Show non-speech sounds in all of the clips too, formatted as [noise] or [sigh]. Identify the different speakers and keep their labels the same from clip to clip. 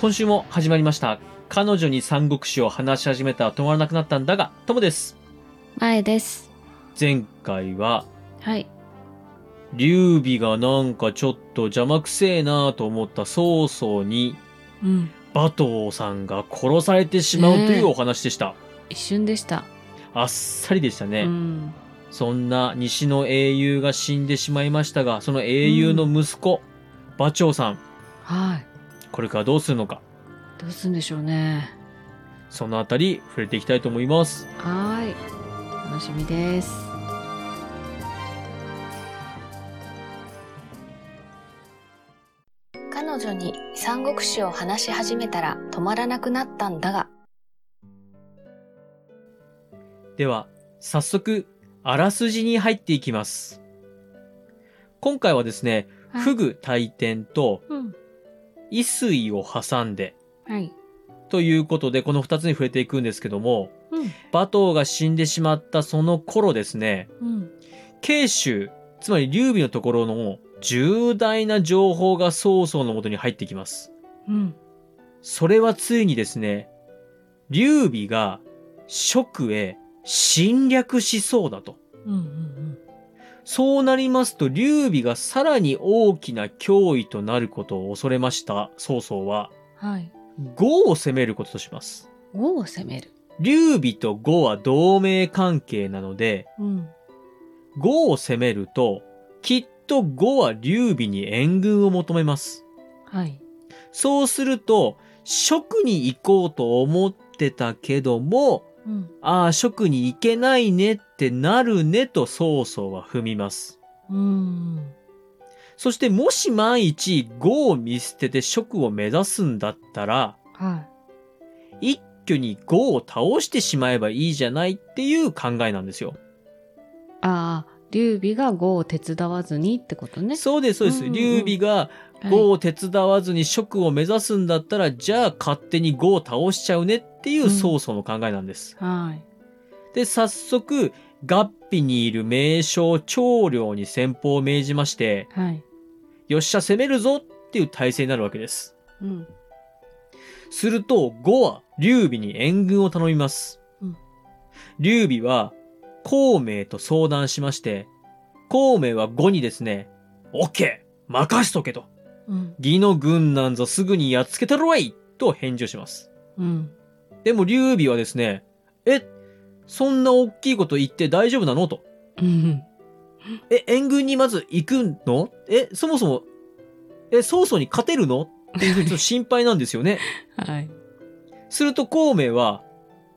Speaker 1: 今週も始まりました。彼女に三国志を話し始めたら止まらなくなったんだが、ともです。
Speaker 2: 前です。
Speaker 1: 前回は、
Speaker 2: はい。
Speaker 1: 劉備がなんかちょっと邪魔くせえなと思った曹操に、
Speaker 2: うん。
Speaker 1: 馬頭さんが殺されてしまうと
Speaker 2: ね
Speaker 1: い
Speaker 2: え
Speaker 1: うお話でした。
Speaker 2: 一瞬でした。
Speaker 1: あっさりでしたね。
Speaker 2: うん。
Speaker 1: そんな西の英雄が死んでしまいましたが、その英雄の息子、馬長さん、
Speaker 2: はい。
Speaker 1: これからどうするのか、
Speaker 2: どうするんでしょうね。
Speaker 1: そのあたり触れていきたいと思います。
Speaker 2: はーい。楽しみです。
Speaker 3: 彼女に三国志を話し始めたら止まらなくなったんだが、
Speaker 1: では、早速、あらすじに入っていきます。今回はですね、
Speaker 2: はい
Speaker 1: フグ大天と
Speaker 2: うん。
Speaker 1: 伊水を挟んで、
Speaker 2: はい。
Speaker 1: ということで、この二つに触れていくんですけども、
Speaker 2: うん。
Speaker 1: 馬頭が死んでしまったその頃ですね、
Speaker 2: うん。
Speaker 1: 慶州、つまり劉備のところの重大な情報が曹操のもとに入ってきます。
Speaker 2: うん。
Speaker 1: それはついにですね、劉備が蜀へ侵略しそうだと。
Speaker 2: うん。うん。
Speaker 1: そうなりますと、劉備がさらに大きな脅威となることを恐れました曹操は、
Speaker 2: はい。
Speaker 1: 呉を攻めることとします。
Speaker 2: 王を攻める。
Speaker 1: 劉備と呉は同盟関係なので、
Speaker 2: うん。
Speaker 1: 呉を攻めると、きっと呉は劉備に援軍を求めます。
Speaker 2: はい。
Speaker 1: そうすると、職に行こうと思ってたけども、
Speaker 2: うん。
Speaker 1: ああ、職に行けないねってなるねと曹操は踏みます。
Speaker 2: うん。
Speaker 1: そしてもし万一呉を見捨てて職を目指すんだったら、
Speaker 2: は
Speaker 1: 一挙に呉を倒してしまえばいいじゃないっていう考えなんですよ。
Speaker 2: い。ああ、劉備が呉を手伝わずにってことね。
Speaker 1: そうです、そうで
Speaker 2: う
Speaker 1: す。
Speaker 2: んうんうん
Speaker 1: 劉備が
Speaker 2: はい
Speaker 1: 呉を手伝わずに職を目指すんだったら、じゃあ勝手に呉を倒しちゃうねっていう曹操の考えなんです。
Speaker 2: はい。
Speaker 1: で、早速、合皮にいる名将長領に戦法を命じまして、
Speaker 2: はい。
Speaker 1: よっしゃ攻めるぞっていう体制になるわけです。
Speaker 2: うん。
Speaker 1: すると、呉は劉備に援軍を頼みます。
Speaker 2: うん
Speaker 1: 劉備は、孔明と相談しまして、孔明は呉にですね、オッケー任しとけと。
Speaker 2: うん。
Speaker 1: 義の軍なんぞすぐにやっつけたろいと返事をします。
Speaker 2: うん。
Speaker 1: でも劉備はですね、え、そんな大きいこと言って大丈夫なのと。
Speaker 2: うん。
Speaker 1: え、援軍にまず行くのえ、そもそも、え、曹操に勝てるのっていうふうにちょっと心配なんですよね。
Speaker 2: はい。
Speaker 1: すると孔明は、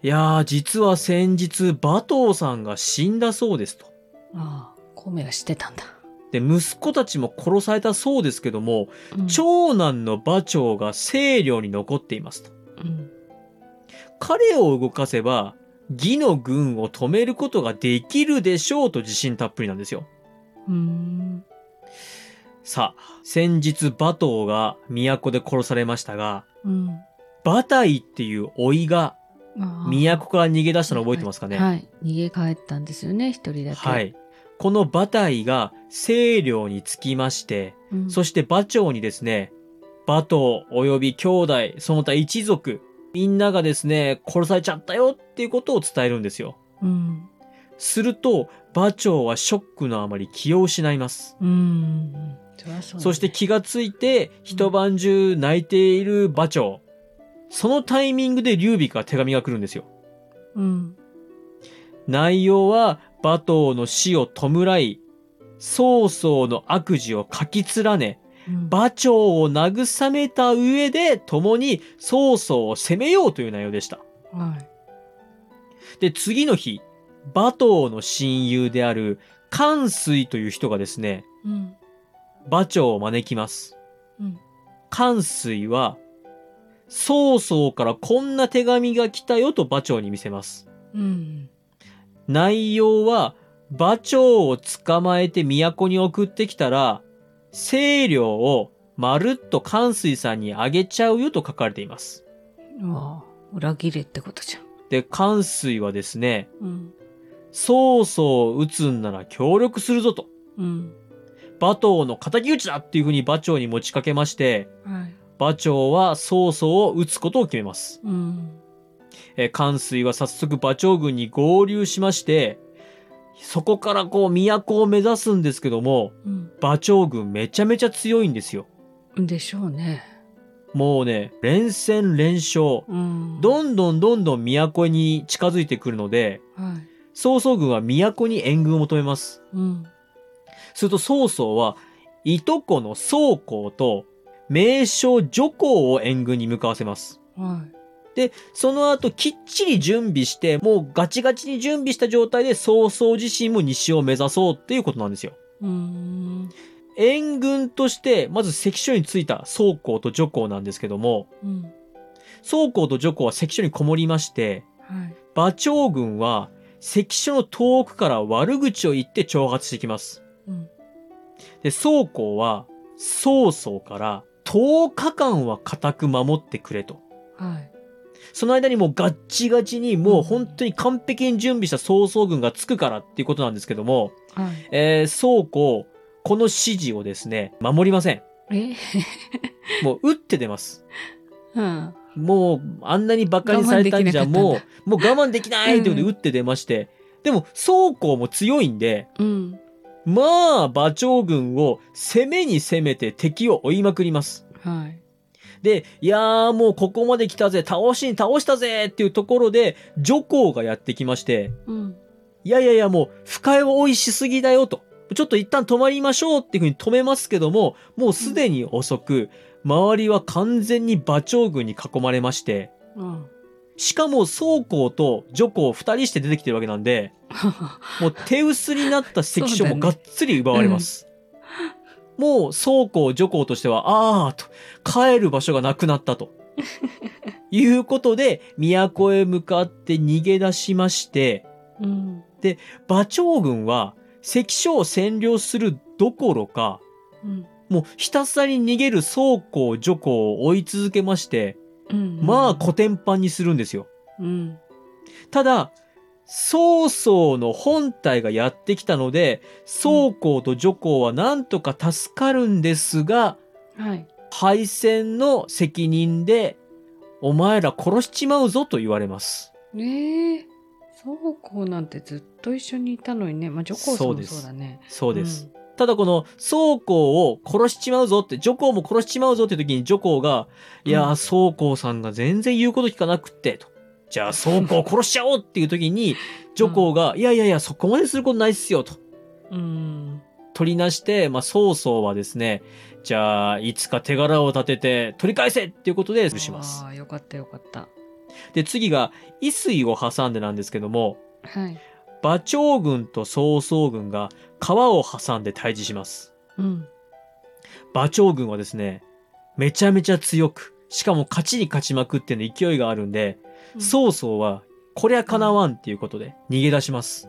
Speaker 1: いやー、実は先日、馬頭さんが死んだそうですと。
Speaker 2: ああ、孔明は知ってたんだ。
Speaker 1: で、息子たちも殺されたそうですけども、
Speaker 2: うん
Speaker 1: 長男の馬長が清涼に残っていますと。
Speaker 2: うん。
Speaker 1: 彼を動かせば、義の軍を止めることができるでしょうと自信たっぷりなんですよ。
Speaker 2: うん。
Speaker 1: さあ、先日馬頭が都で殺されましたが、
Speaker 2: うん。
Speaker 1: バタイっていう老いが
Speaker 2: ああ
Speaker 1: 都から逃げ出したの覚えてますかね、
Speaker 2: はい、逃げ帰ったんですよね一人だけ
Speaker 1: は、いこのバタイが清涼につきまして、
Speaker 2: うん
Speaker 1: そして馬長にですね、馬頭及び兄弟、その他一族、みんながですね、殺されちゃったよっていうことを伝えるんですよ。
Speaker 2: うん
Speaker 1: すると、馬長はショックのあまり気を失います。
Speaker 2: うんそりゃそうだね
Speaker 1: そして気がついて、一晩中泣いている馬長。そのタイミングで劉備から手紙が来るんですよ。
Speaker 2: うん
Speaker 1: 内容は馬頭の死を弔い、曹操の悪事を書き連ね、
Speaker 2: うん
Speaker 1: 馬長を慰めた上で共に曹操を攻めようという内容でした。
Speaker 2: はい
Speaker 1: で、次の日、馬頭の親友である関水という人がですね、
Speaker 2: うん
Speaker 1: 馬長を招きます。
Speaker 2: うん
Speaker 1: 関水は、曹操からこんな手紙が来たよと馬長に見せます。
Speaker 2: うん
Speaker 1: 内容は、馬長を捕まえて都に送ってきたら、清涼をまるっと関水さんにあげちゃうよと書かれています。
Speaker 2: ああ裏切れってことじゃん
Speaker 1: で、関水はですね、
Speaker 2: うん
Speaker 1: 曹操を撃つんなら協力するぞと、
Speaker 2: うん
Speaker 1: 馬頭の敵討ちだっていう風に馬長に持ちかけまして、
Speaker 2: はい
Speaker 1: 馬長は曹操を討つことを決めます。
Speaker 2: うん。
Speaker 1: えー関水は早速馬長軍に合流しまして、そこからこう都を目指すんですけども、
Speaker 2: う
Speaker 1: 馬長軍めちゃめちゃ強いんですよ。
Speaker 2: ん。でしょうね。
Speaker 1: もうね、連戦連勝。
Speaker 2: うん。
Speaker 1: どんどんどんどん都に近づいてくるので、
Speaker 2: はい。
Speaker 1: 曹操軍は都に援軍を求めます。
Speaker 2: うん。
Speaker 1: すると曹操は、いとこの曹公と、名将徐公を援軍に向かわせます。
Speaker 2: はい。
Speaker 1: その後、きっちり準備して、もうガチガチに準備した状態で曹操自身も西を目指そうっていうことなんですよ。
Speaker 2: うん。
Speaker 1: 援軍として、まず関所に着いた曹公と徐公なんですけども、
Speaker 2: うん。
Speaker 1: 曹公と徐公は関所にこもりまして、
Speaker 2: はい。
Speaker 1: 馬長軍は関所の遠くから悪口を言って挑発してきます。
Speaker 2: うん。
Speaker 1: で、曹公は曹操から10日間は固く守ってくれと。
Speaker 2: はい。
Speaker 1: その間にもうガッチガチにもう本当に完璧に準備した曹操軍が着くからっていうことなんですけども、
Speaker 2: はい。
Speaker 1: えー、曹公、この指示をですね、守りません。
Speaker 2: え
Speaker 1: もう打って出ます。
Speaker 2: うん。
Speaker 1: もう、あんなに馬鹿にされたんじゃ、
Speaker 2: 我慢できなか
Speaker 1: も
Speaker 2: っ
Speaker 1: う、もう我慢できないということ
Speaker 2: うん
Speaker 1: で打って出まして、でも、曹公も強いんで、
Speaker 2: うん。
Speaker 1: まあ、馬長軍を攻めに攻めて敵を追いまくります。
Speaker 2: はい。
Speaker 1: で、いやーもうここまで来たぜ、倒しに倒したぜっていうところで、女皇がやってきまして、
Speaker 2: うん。
Speaker 1: いやいやいやもう深いを追いしすぎだよと。ちょっと一旦止まりましょうっていうふうに止めますけども、もうすでに遅く、周りは完全に馬長軍に囲まれまして、
Speaker 2: うん。
Speaker 1: しかも曹公と女皇二人して出てきてるわけなんで、もう手薄になった関所
Speaker 2: そうだ
Speaker 1: も
Speaker 2: ね
Speaker 1: がっつり奪われます。もう曹公女公としては、あーと、帰る場所がなくなったと。いうことで、都へ向かって逃げ出しまして、
Speaker 2: うん。
Speaker 1: 馬長軍は関所を占領するどころか、
Speaker 2: うん。
Speaker 1: もうひたすらに逃げる曹公女公を追い続けまして、
Speaker 2: うん。
Speaker 1: まあコテンパンにするんですよ。
Speaker 2: うん。
Speaker 1: ただ、曹操の本体がやってきたので、曹公と徐公はなんとか助かるんですが、
Speaker 2: はい。
Speaker 1: 敗戦の責任で、お前ら殺しちまうぞと言われます。
Speaker 2: ええそうこうなんてずっと一緒にいたのにね。まあ、女皇さんもそうだね。
Speaker 1: そうです。
Speaker 2: ん。
Speaker 1: ただこの曹公を殺しちまうぞって、徐公も殺しちまうぞって時に徐公が、いや
Speaker 2: う
Speaker 1: ー、
Speaker 2: ん
Speaker 1: 曹公さんが全然言うこと聞かなくって、と。じゃあ曹公を殺しちゃおうっていう時に、徐公が、いやいやいや、そこまですることないっすよ、と。
Speaker 2: うん。
Speaker 1: 取りなして、まあ、曹操はですね、じゃあ、いつか手柄を立てて取り返せっていうことで、します
Speaker 2: あ。あ、よかったよかった。
Speaker 1: で、次が、伊水を挟んでなんですけども、
Speaker 2: はい。
Speaker 1: 馬長軍と曹操軍が川を挟んで対峙します。
Speaker 2: うん。
Speaker 1: 馬長軍はですね、めちゃめちゃ強く、しかも勝ちに勝ちまくっての勢いがあるんで、曹操は、こりゃかなわんっていうことで逃げ出します。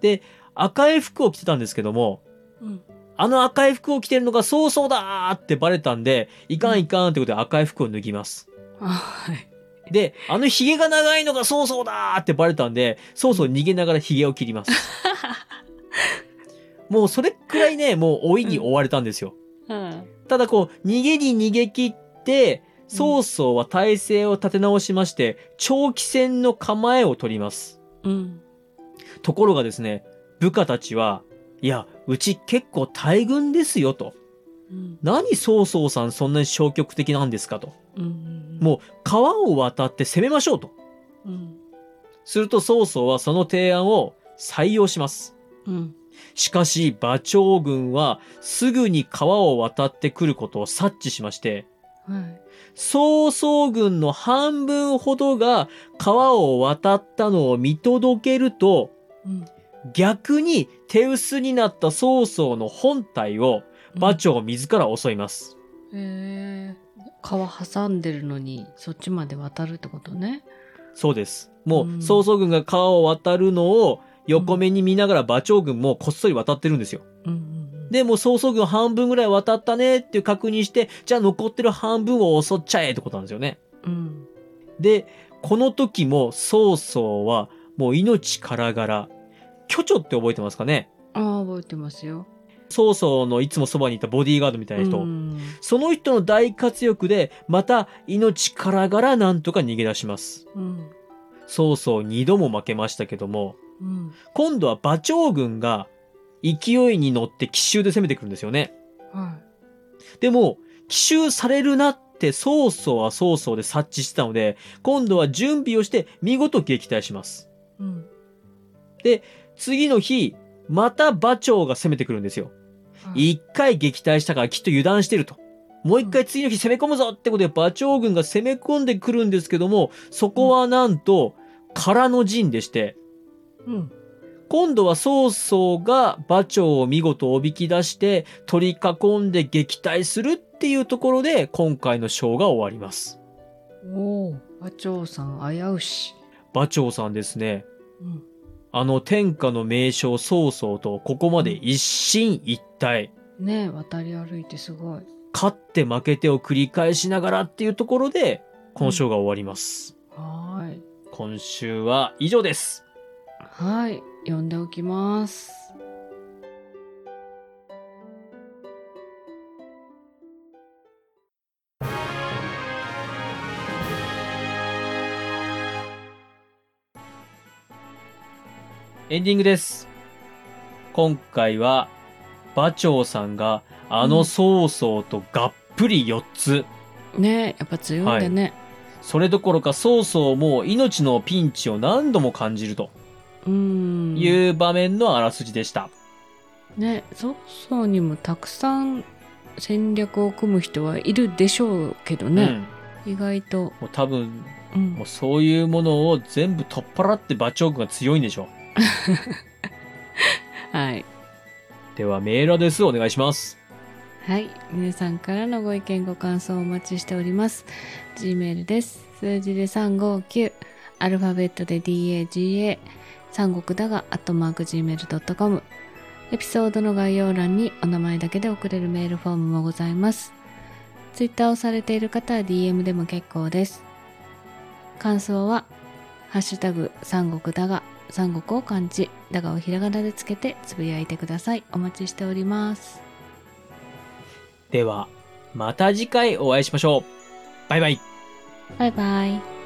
Speaker 1: で、赤い服を着てたんですけども、
Speaker 2: うん。
Speaker 1: あの赤い服を着てるのが曹操だーってバレたんで、いかんいかんってことで赤い服を脱ぎます。
Speaker 2: あ
Speaker 1: [laughs]
Speaker 2: はい。
Speaker 1: で、あの髭が長いのが曹操だーってバレたんで、曹操逃げながら髭を切ります。もうそれくらいね、もう追いに追われたんですよ。
Speaker 2: うん。
Speaker 1: ただこう、逃げに逃げ切って、曹操は体勢を立て直しまして、長期戦の構えを取ります。
Speaker 2: うん。
Speaker 1: ところがですね、部下たちは、いや、うち結構大軍ですよと。
Speaker 2: うん。
Speaker 1: 何曹操さんそんなに消極的なんですかと。
Speaker 2: うん。
Speaker 1: もう川を渡って攻めましょうと。
Speaker 2: うん。
Speaker 1: すると曹操はその提案を採用します。
Speaker 2: うん。
Speaker 1: しかし馬長軍はすぐに川を渡ってくることを察知しまして、
Speaker 2: はい。
Speaker 1: 曹操軍の半分ほどが川を渡ったのを見届けると、
Speaker 2: うん。
Speaker 1: 逆に手薄になった曹操の本体を馬長自ら襲います。
Speaker 2: ええ川挟んでるのにそっちまで渡るってことね。
Speaker 1: そうです。も
Speaker 2: う
Speaker 1: う、
Speaker 2: ん
Speaker 1: 曹操軍が川を渡るのを横目に見ながら馬長軍もこっそり渡ってるんですよ。
Speaker 2: うんうん
Speaker 1: で、もう曹操軍半分ぐらい渡ったねっていう確認して、じゃあ残ってる半分を襲っちゃえってことなんですよね。
Speaker 2: うん。
Speaker 1: で、この時も曹操はもう命からがら、巨著って覚えてますかね
Speaker 2: ああ覚えてますよ。
Speaker 1: 曹操のいつもそばにいたボディーガードみたいな人、
Speaker 2: うん
Speaker 1: その人の大活躍でまた命からがらなんとか逃げ出します
Speaker 2: うん
Speaker 1: 曹操2度も負けましたけども
Speaker 2: うん
Speaker 1: 今度は馬長軍が勢いに乗って奇襲で攻めてくるんですよね
Speaker 2: は
Speaker 1: でも奇襲されるなって曹操は曹操で察知してたので今度は準備をして見事撃退します
Speaker 2: いうん
Speaker 1: 次の日また馬長が攻めてくるんですよ
Speaker 2: はい
Speaker 1: 一回撃退したからきっと油断してると。もう一回次の日攻め込むぞってことで馬長軍が攻め込んでくるんですけども、そこはなんと空の陣でして、
Speaker 2: うん
Speaker 1: 今度は曹操が馬長を見事おびき出して取り囲んで撃退するっていうところで今回の章が終わります。
Speaker 2: おお馬長さん危うし
Speaker 1: 馬長さんですね。
Speaker 2: うん
Speaker 1: あの天下の名将曹操とここまで一進一退。
Speaker 2: ねえ渡り歩いてすごい
Speaker 1: 勝って負けてを繰り返しながらっていうところで、この章が終わります。
Speaker 2: はーい
Speaker 1: 今週は以上です。
Speaker 2: はい呼んでおきます
Speaker 1: エンディングです。今回は、馬長さんがあ
Speaker 2: う
Speaker 1: の
Speaker 2: ん
Speaker 1: 曹操とがっぷり4つ、
Speaker 2: ねえやっぱ強いんだね、
Speaker 1: それどころか曹操も命のピンチを何度も感じると
Speaker 2: うーん
Speaker 1: いう場面のあらすじでした。
Speaker 2: ね曹操にもたくさん戦略を組む人はいるでしょうけどね、意外と、
Speaker 1: うん。もう多分、
Speaker 2: うん
Speaker 1: もうそういうものを全部取っ払って馬長軍が強いんでしょ
Speaker 2: はい、
Speaker 1: う。ではメールです。お願いします。
Speaker 2: はい、皆さんからのご意見ご感想をお待ちしております G メールです数字で359アルファベットで DAGA 三国だがアットマーク Gmail.com エピソードの概要欄にお名前だけで送れるメールフォームもございますツイッターをされている方は DM でも結構です感想はハッシュタグ三国だが三国を漢字だがをひらがなでつけてつぶやいてくださいお待ちしております
Speaker 1: では、また次回お会いしましょう。バイバイ。
Speaker 2: バイバイ。